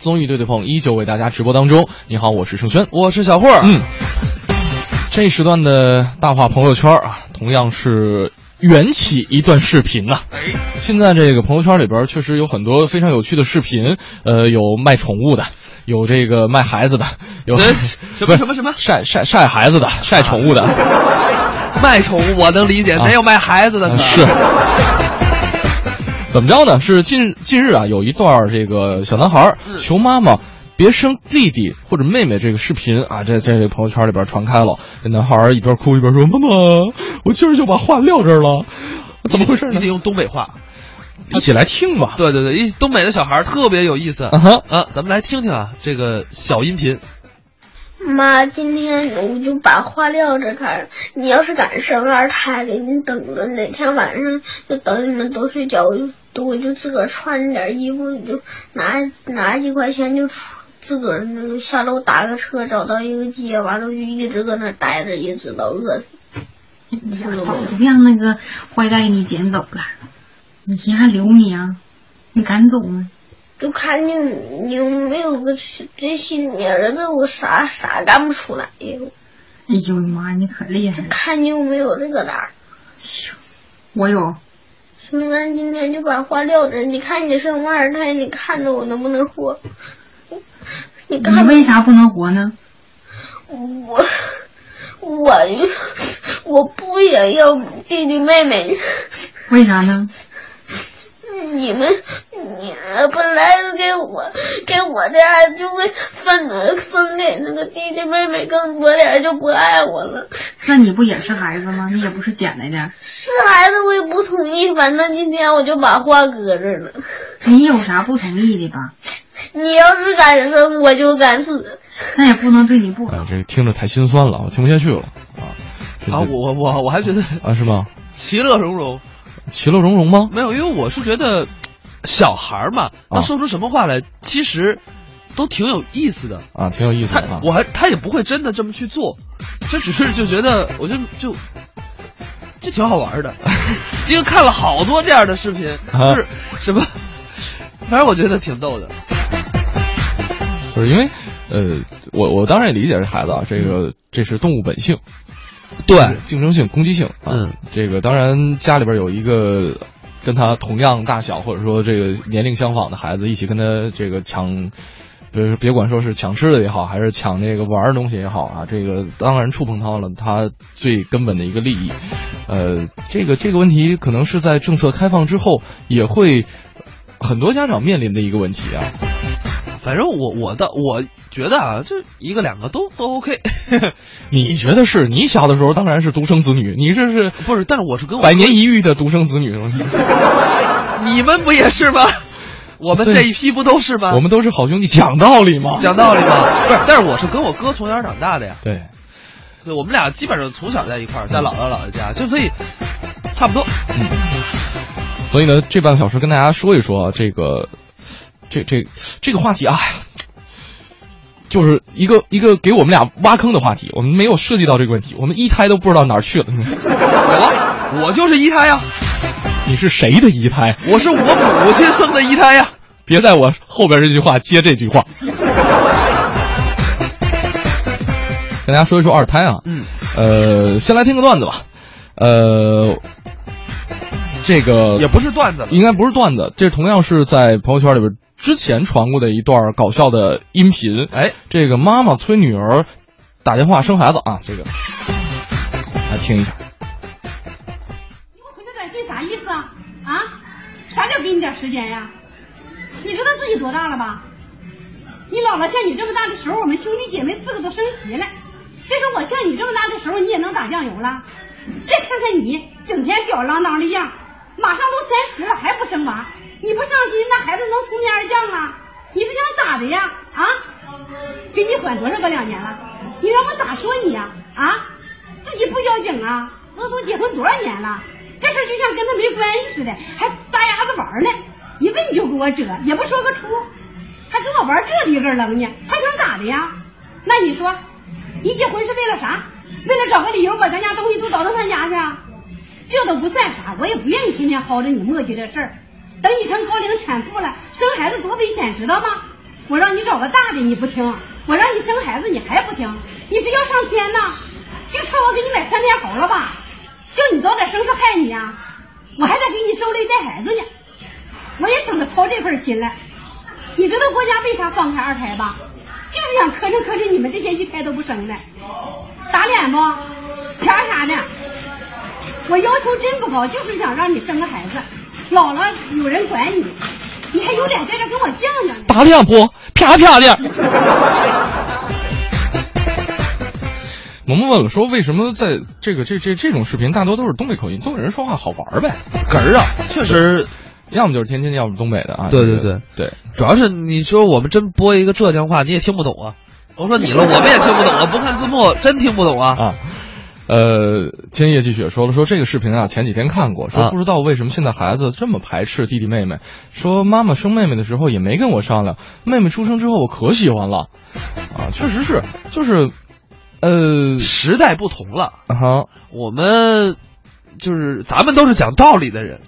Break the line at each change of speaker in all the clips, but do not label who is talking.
综艺对对碰依旧为大家直播当中。你好，我是盛轩，我是小霍。嗯，这一时段的大话朋友圈啊，同样是缘起一段视频啊。
哎
现在这个朋友圈里边确实有很多非常有趣的视频，呃，有卖宠物的，有这个卖孩子的，有
哎什么
不是
什么什啊么
晒晒晒孩子的，晒宠物的。
卖宠物我能理解，
啊
得有卖孩子的呢、
是。怎么着呢？是近日近日啊，有一段儿这个小男孩儿
嗯
求妈妈别生弟弟或者妹妹这个视频啊，在在这个朋友圈里边传开了。这男孩儿一边哭一边说：“妈妈，我今儿就把话撂这儿了，怎么回事
你
呢
得用东北话。？”
啊一起来听吧。
对对对，一东北的小孩儿特别有意思
啊
啊，
哈，
咱们来听听啊这个小音频。
妈，今天我就把话撂这开了。你要是敢生二胎，给你等着哪天晚上就等你们都睡觉，我就我就自个儿穿点衣服，你就拿拿几块钱就出自个儿那个下楼打个车，找到一个街，完了就一直搁那儿待着，一直到饿死。
你想早就让那个坏蛋给你捡走了，你谁还留你啊？你啊敢走吗？
就看你你有没有个这心眼儿的，我啥啥干不出来呀。
哎呦我的妈，你可厉害了！
看你有没有这个胆儿。
我有，
孙楠今天就把话撂这儿，你看你生二胎，你看着我能不能活？你
你
看
为啥不能活呢？
我，我我不也要弟弟妹妹？
为啥呢？
你们，你本来给我给我的爱就会分分给那个弟弟妹妹更多点儿，就不爱我了。
那你不也是孩子吗？你也不是捡来的，
是孩子我也不同意，反正今天我就把话搁这儿了。
你有啥不同意的吧？
你要是敢生，我就敢死。
那也不能对你不
哎
好，，
这个听着太心酸了，我听不下去了啊。这
啊，我我我还觉得
啊是吗？
其乐融融，
其乐融融吗？
没有，因为我是觉得小孩儿嘛，
啊
他说出什么话来，其实都挺有意思的。
啊，挺有意思
他
的啊。
我还他也不会真的这么去做，这只是就觉得，我就就这挺好 玩的，因为看了好多这样的视频，
啊
就是什么，反正我觉得挺逗的。
就是因为，呃，我我当然也理解这孩子啊，这个这是动物本性，
嗯对
就是竞争性、攻击性啊。
嗯，
这个当然家里边有一个跟他同样大小或者说这个年龄相仿的孩子，一起跟他这个抢。别别管说是抢吃的也好，还是抢这个玩儿的东西也好啊，这个当然触碰到了他最根本的一个利益。呃，这个这个问题可能是在政策开放之后也会很多家长面临的一个问题啊。
反正我我的我觉得啊，这一个两个都都 OK，
你觉得是你小的时候当然是独生子女，你这是
不是，但是我是跟我
百年一遇的独生子女，
你们不也是吗？我们
对
这一批不都是吗？
我们都是好兄弟，讲道理嘛。
讲道理嘛，不是，但是我是跟我哥从小长大的呀，
对，
对，我们俩基本上从小在一块儿，在姥姥姥爷家，就所以差不多。
嗯所以呢，这半个小时跟大家说一说啊这个，这这这个话题啊，哎呀就是一个一个给我们俩挖坑的话题，我们没有涉及到这个问题，我们一胎都不知道哪儿去了。
啊我我就是一胎呀，
你是谁的一胎？
我是我母亲生的一胎呀。
别在我后边这句话接这句话。跟大家说一说二胎啊，
嗯，
呃，先来听个段子吧，呃，这个
也不是段子了。
应该不是段子，这同样是在朋友圈里边之前传过的一段搞笑的音频。
哎，
这个妈妈催女儿打电话生孩子啊，这个来听一下。
你给我回来短信啥意思啊？啊？啥叫给你点时间呀？你知道自己多大了吧？你姥姥像你这么大的时候，我们兄弟姐妹四个都升旗了。这是我像你这么大的时候，你也能打酱油了。再看看你，整天吊儿郎当的样，马上都三十了还不生娃，你不上心，那孩子能从天而降啊？你是想咋的呀？啊？给你缓多少个两年了？你让我咋说你呀、啊？自己不交警啊？那都结婚多少年了？这事儿就像跟他没关系似的，还撒丫子玩儿呢。一问你就给我遮，也不说个出，还跟我玩这里个楞呢，还想咋的呀？那你说，你结婚是为了啥？为了找个理由把咱家东西都倒腾他家去啊？这都不算啥，我也不愿意天天薅着你磨叽这事儿。等你成高龄产妇了，生孩子多危险，知道吗？我让你找个大的你不听，我让你生孩子你还不听，你是要上天呐？就差我给你买三天猴了吧？就你早点生是害你呀、我还得给你受累带孩子呢，我也省得操这份心了。你知道国家为啥放开二胎吧？就是想磕碜磕碜你们这些一胎都不生的，打脸不？啥啥的。我要求真不高，就是想让你生个孩子，老了有人管你，你还有脸在这跟我犟犟呢？
打脸不？啪啪的。萌萌问了，说为什么在这个这这这种视频大多都是东北口音？东北人说话好玩儿呗，
哏儿啊，确实，
要么就是天津，要么东北的啊。
对对
这个对，
主要是你说我们真播一个浙江话，你也听不懂啊。我说 你了，我们也听不懂，我啊不看字幕真听不懂啊。
啊。呃，千叶继续也说了，说这个视频啊，前几天看过，说
啊
不知道为什么现在孩子这么排斥弟弟妹妹，说妈妈生妹妹的时候也没跟我商量，妹妹出生之后我可喜欢了，啊，确实是，就是，呃，
时代不同了，
啊，
我们就是咱们都是讲道理的人，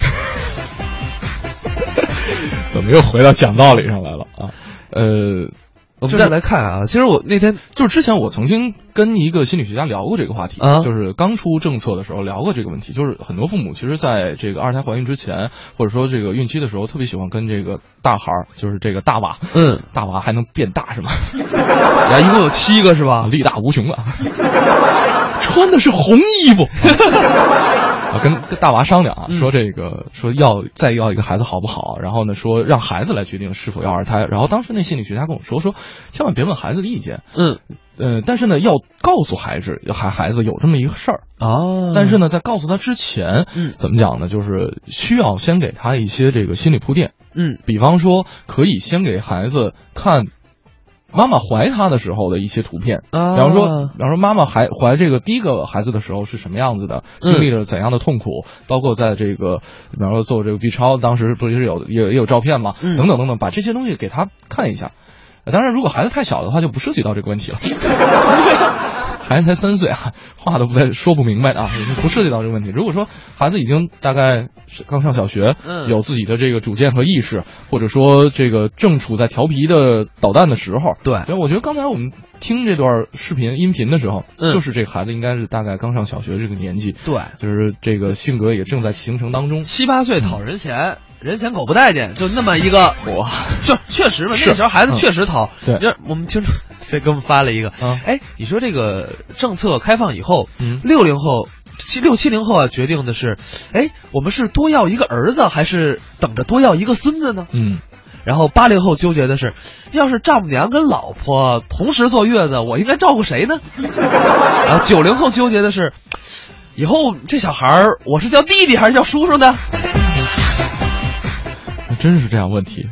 怎么又回到讲道理上来了啊？呃，
我
就是
们再来看啊。其实我那天
就是之前我曾经跟一个心理学家聊过这个话题，
啊
就是刚出政策的时候聊过这个问题，就是很多父母其实在这个二胎怀孕之前，或者说这个孕期的时候，特别喜欢跟这个大孩儿，就是这个大娃，
嗯，
大娃还能变大 是吗？
啊，一共有七个是
啊，？
吧
力大无 穷啊，穿的是红衣服。啊，跟跟大娃商量啊，
嗯
说这个说要再要一个孩子好不好？然后呢，说让孩子来决定是否要二胎。然后当时那心理学家跟我说，说千万别问孩子的意见，
嗯，
呃，但是呢，要告诉孩子，孩孩子有这么一个事儿，
哦
但是呢，在告诉他之前，
嗯
怎么讲呢？就是需要先给他一些这个心理铺垫，
嗯，
比方说，可以先给孩子看妈妈怀他的时候的一些图片，
啊，
比方说，比方说妈妈怀怀这个第一个孩子的时候是什么样子的，
嗯
经历了怎样的痛苦，包括在这个，比方说做这个 B 超，当时不是有也也有照片嘛，
嗯
等等等等，把这些东西给他看一下。呃当然，如果孩子太小的话，就不涉及到这个问题了。 孩子才三岁啊，话都不太说不明白啊，不涉及到这个问题。如果说孩子已经大概是刚上小学，
嗯
有自己的这个主见和意识，或者说这个正处在调皮的捣蛋的时候，
对
对，我觉得刚才我们听这段视频音频的时候，
嗯
就是这个孩子应该是大概刚上小学这个年纪，
对，
就是这个性格也正在形成当中。
七八岁讨人嫌，人嫌狗不待见，就那么一个
哇，
就确实嘛，
是
那时候孩子
嗯
确实讨。
对
因为我们听众 谁给我们发了一个，
嗯
哎，你说这个政策开放以后
嗯，
六零后。七六七零后啊，决定的是，哎，我们是多要一个儿子，还是等着多要一个孙子呢？
嗯，
然后八零后纠结的是，要是丈母娘跟老婆同时坐月子，我应该照顾谁呢？ 然后九零后纠结的是，以后这小孩儿我是叫弟弟还是叫叔叔呢？
还真是这样问题，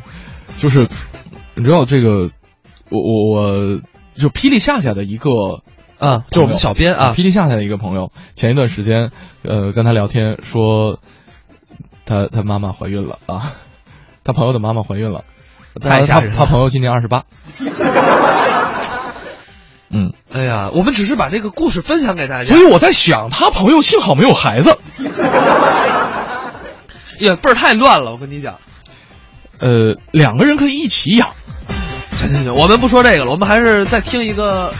就是你知道这个，我我我就霹雳夏夏的一个
啊，就我们小编啊
霹，雳夏夏的一个朋友，前一段时间呃跟他聊天说，他他妈妈怀孕了啊，他朋友的妈妈怀孕了，
太吓人了
他他朋友今年二十八。 嗯，
哎呀，我们只是把这个故事分享给大家
所，以我在想，他朋友幸好没有孩子。
也哎倍儿太乱了。我跟你讲，
呃，两个人可以一起养。
行行行，我们不说这个了，我们还是再听一个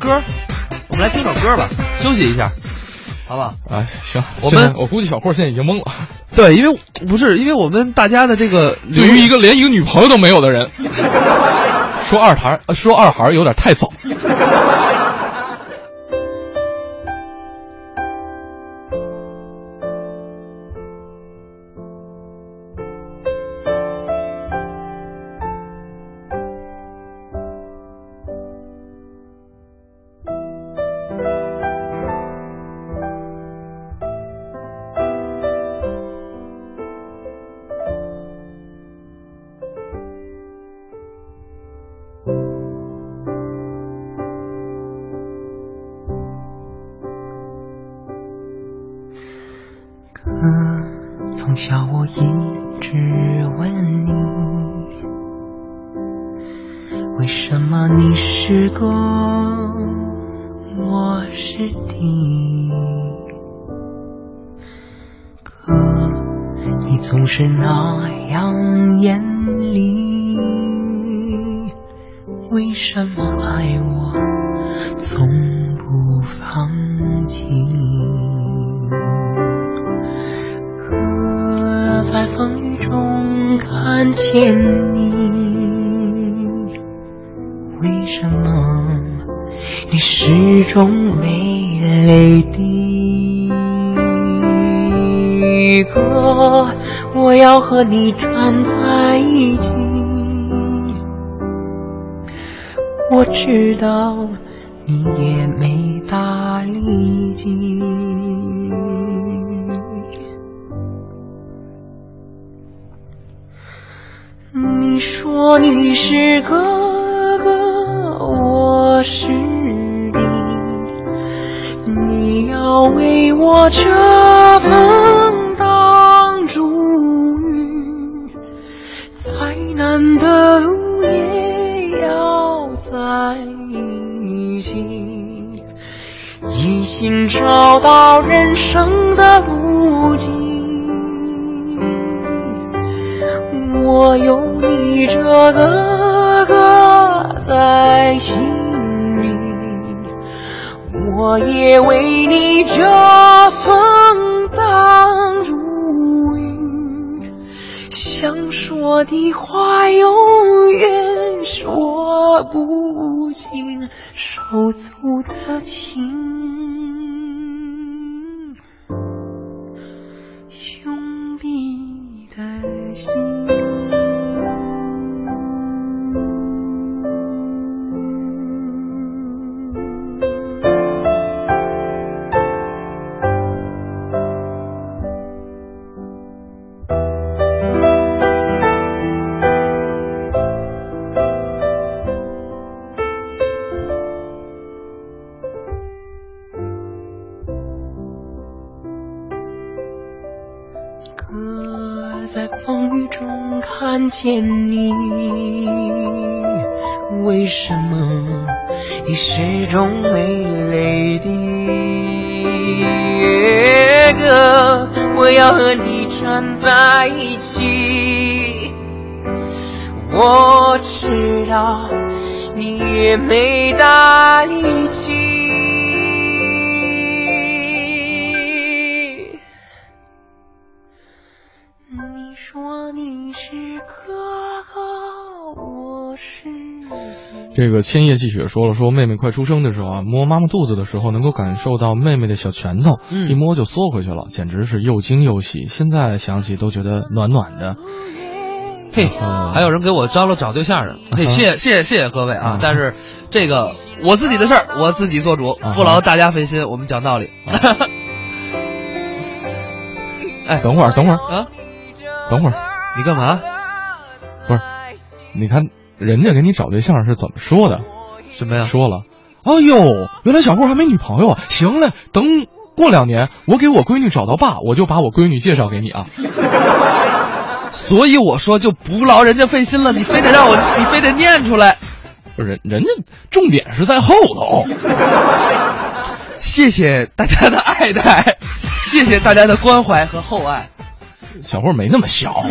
歌儿，我们来听首歌吧，休息一下，好不好？
啊，行，
我
现在
们
我估计小霍现在已经懵了，
对，因为不是因为我们大家的这个
对于一个连一个女朋友都没有的人，说二孩儿呃说二孩儿有点太早。
嗯，从小我一直问你，为什么你是公，我是敌？可你总是那样严厉，为什么爱我从不放弃？可在风雨中看见你，为什么你始终没泪滴？可我要和你站在一起。我知道你也没大力气。你说你是哥哥，我是弟，你要为我遮风挡住雨，再难的路也要在一起，一心找到人生的路径。我有你这个哥在心里，我也为你遮风挡住雨。想说的话永远说不尽，手足的情，兄弟的心。哥在风雨中看见你，为什么你始终没泪滴？哥，我要和你站在一起。我知道你也没大力气。你说你是哥哥，我是弟
这个千叶寄雪说了，说妹妹快出生的时候啊，摸妈妈肚子的时候，能够感受到妹妹的小拳头，
嗯
一摸就缩回去了，简直是又惊又喜。现在想起都觉得暖暖的。
嘿，
哦
还有人给我张罗找对象呢。嘿，
啊
谢谢谢谢谢谢各位啊
啊！
但是这个我自己的事儿，我自己做主
啊，
不劳大家费心。我们讲道理。
等会儿，等会儿，
啊，
等会儿，啊
你干嘛？
不是，你看人家给你找对象是怎么说的？
什么呀？
说了，哎呦，原来小慧还没女朋友啊！行嘞，等过两年我给我闺女找到爸，我就把我闺女介绍给你啊。
所以我说就不劳人家费心了，你非得让我，你非得念出来。
人人家重点是在后头。
谢谢大家的爱戴，谢谢大家的关怀和厚爱。
小慧没那么小，
啊，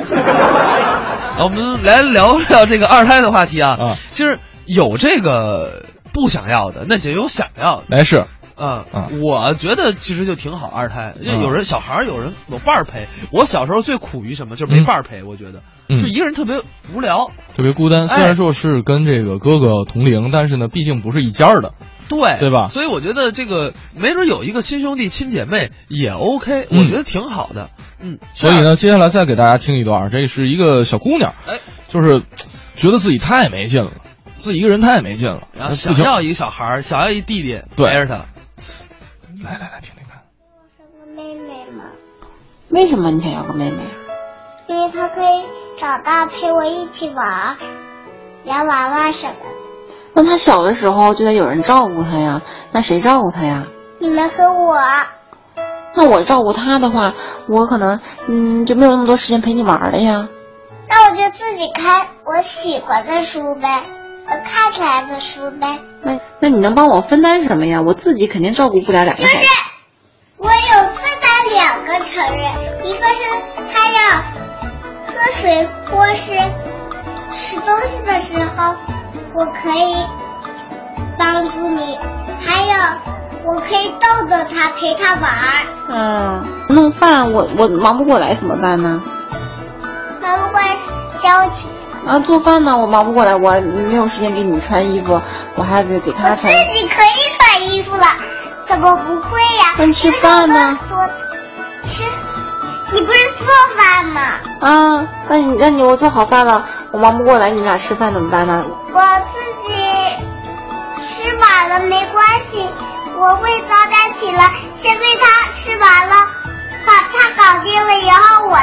我们来聊聊这个二胎的话题啊。
啊
其实有这个不想要的，那就有想要的。
来是
啊
啊
我觉得其实就挺好，二胎，因为
嗯
有人小孩儿有人有伴儿陪。我小时候最苦于什么，就是没
嗯
伴儿陪，我觉得、
嗯
就一个人特别无聊。
特别孤单。
哎
虽然说是跟这个哥哥同龄，但是呢，毕竟不是一家儿的。
对
对吧
所以我觉得这个没准有一个亲兄弟亲姐妹也 OK，、
嗯
我觉得挺好的。嗯，
所以呢，接下来再给大家听一段儿，这是一个小姑娘，
哎，
就是嘖觉得自己太没劲了，自己一个人太没劲了，呃
然后
不
想
行。
要一个小孩儿，想要一弟弟
对
陪着他。
来来来，听听看。
妹妹嘛，
为什么你想要个妹妹啊？
因为她可以长大陪我一起玩儿，洋娃娃什么的。
那她小的时候就得有人照顾她呀，那谁照顾她呀？
你们和我，
那我照顾她的话，我可能嗯就没有那么多时间陪你玩了呀。
那我就自己看我喜欢的书呗，我看起来的书呗。
那那你能帮我分担什么呀？我自己肯定照顾不了两个孩子。
我有分担两个成人，一个是他要喝水或是吃东西的时候，我可以着他陪他玩儿。
嗯，弄饭我我忙不过来怎么办呢？
妈妈会教起，
啊，做饭呢我忙不过来，我没有时间给你穿衣服，我还得给他
我自
穿。
己可以穿衣服了，怎么不会呀？
那吃饭呢
多？多吃，你不是做饭吗？
啊，那你那你我做好饭了，我忙不过来，你们俩吃饭怎么办呢？
我自己吃完了没关系，我会招待起来。先喂他吃完了，把他搞定了以后，我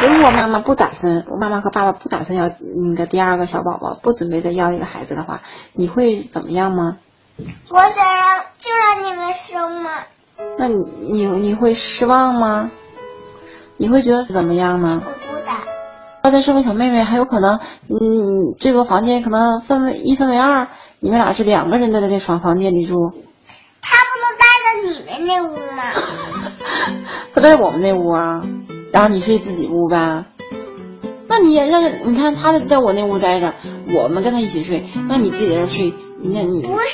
自己
如果妈妈不打算，我妈妈和爸爸不打算要你的第二个小宝宝，不准备再要一个孩子的话，你会怎么样吗？
吃。我想让就让你们生嘛，
那你你你会失望吗？你会觉得怎么样呢？
我不打。
要再生个小妹妹，还有可能，嗯，这个房间可能分为一分为二，你们俩是两个人在那床房间里住，
他不能待在你们那屋吗？
他在我们那屋啊，然后你睡自己屋呗。那你也让你看他在我那屋待着，我们跟他一起睡，那你自己在这睡，那你
不是，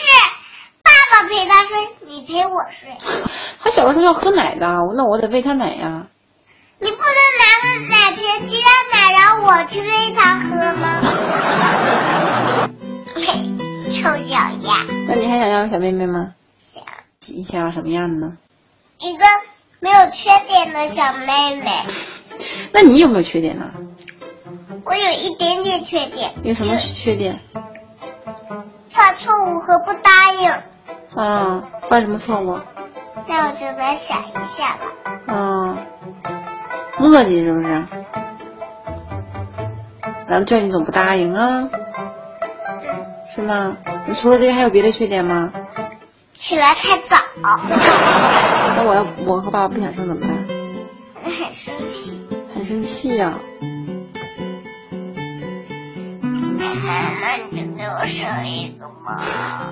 爸爸陪他睡，你陪我睡。
他小的时候要喝奶的，啊那我得喂他奶呀、
你不能拿个奶瓶鸡蛋奶，然后我去喂他喝吗？嘿，臭脚丫，
那你还想要个小妹妹吗？
想
你想要什么样的呢？
一个没有缺点的小妹妹，
那你有没有缺点呢？
我有一点点缺点，
有什么
就
缺点？
犯错误和不答应。
啊，犯什么错误？
那我就再想一下吧。
啊，磨叽是不是？然后叫你总不答应啊，
嗯，
是吗？你除了这个还有别的缺点吗？
起来太早，
那我要我和爸爸不想生怎么办？
我很哎生气。
很生气啊呀、
奶奶，那你就给我生一个吧。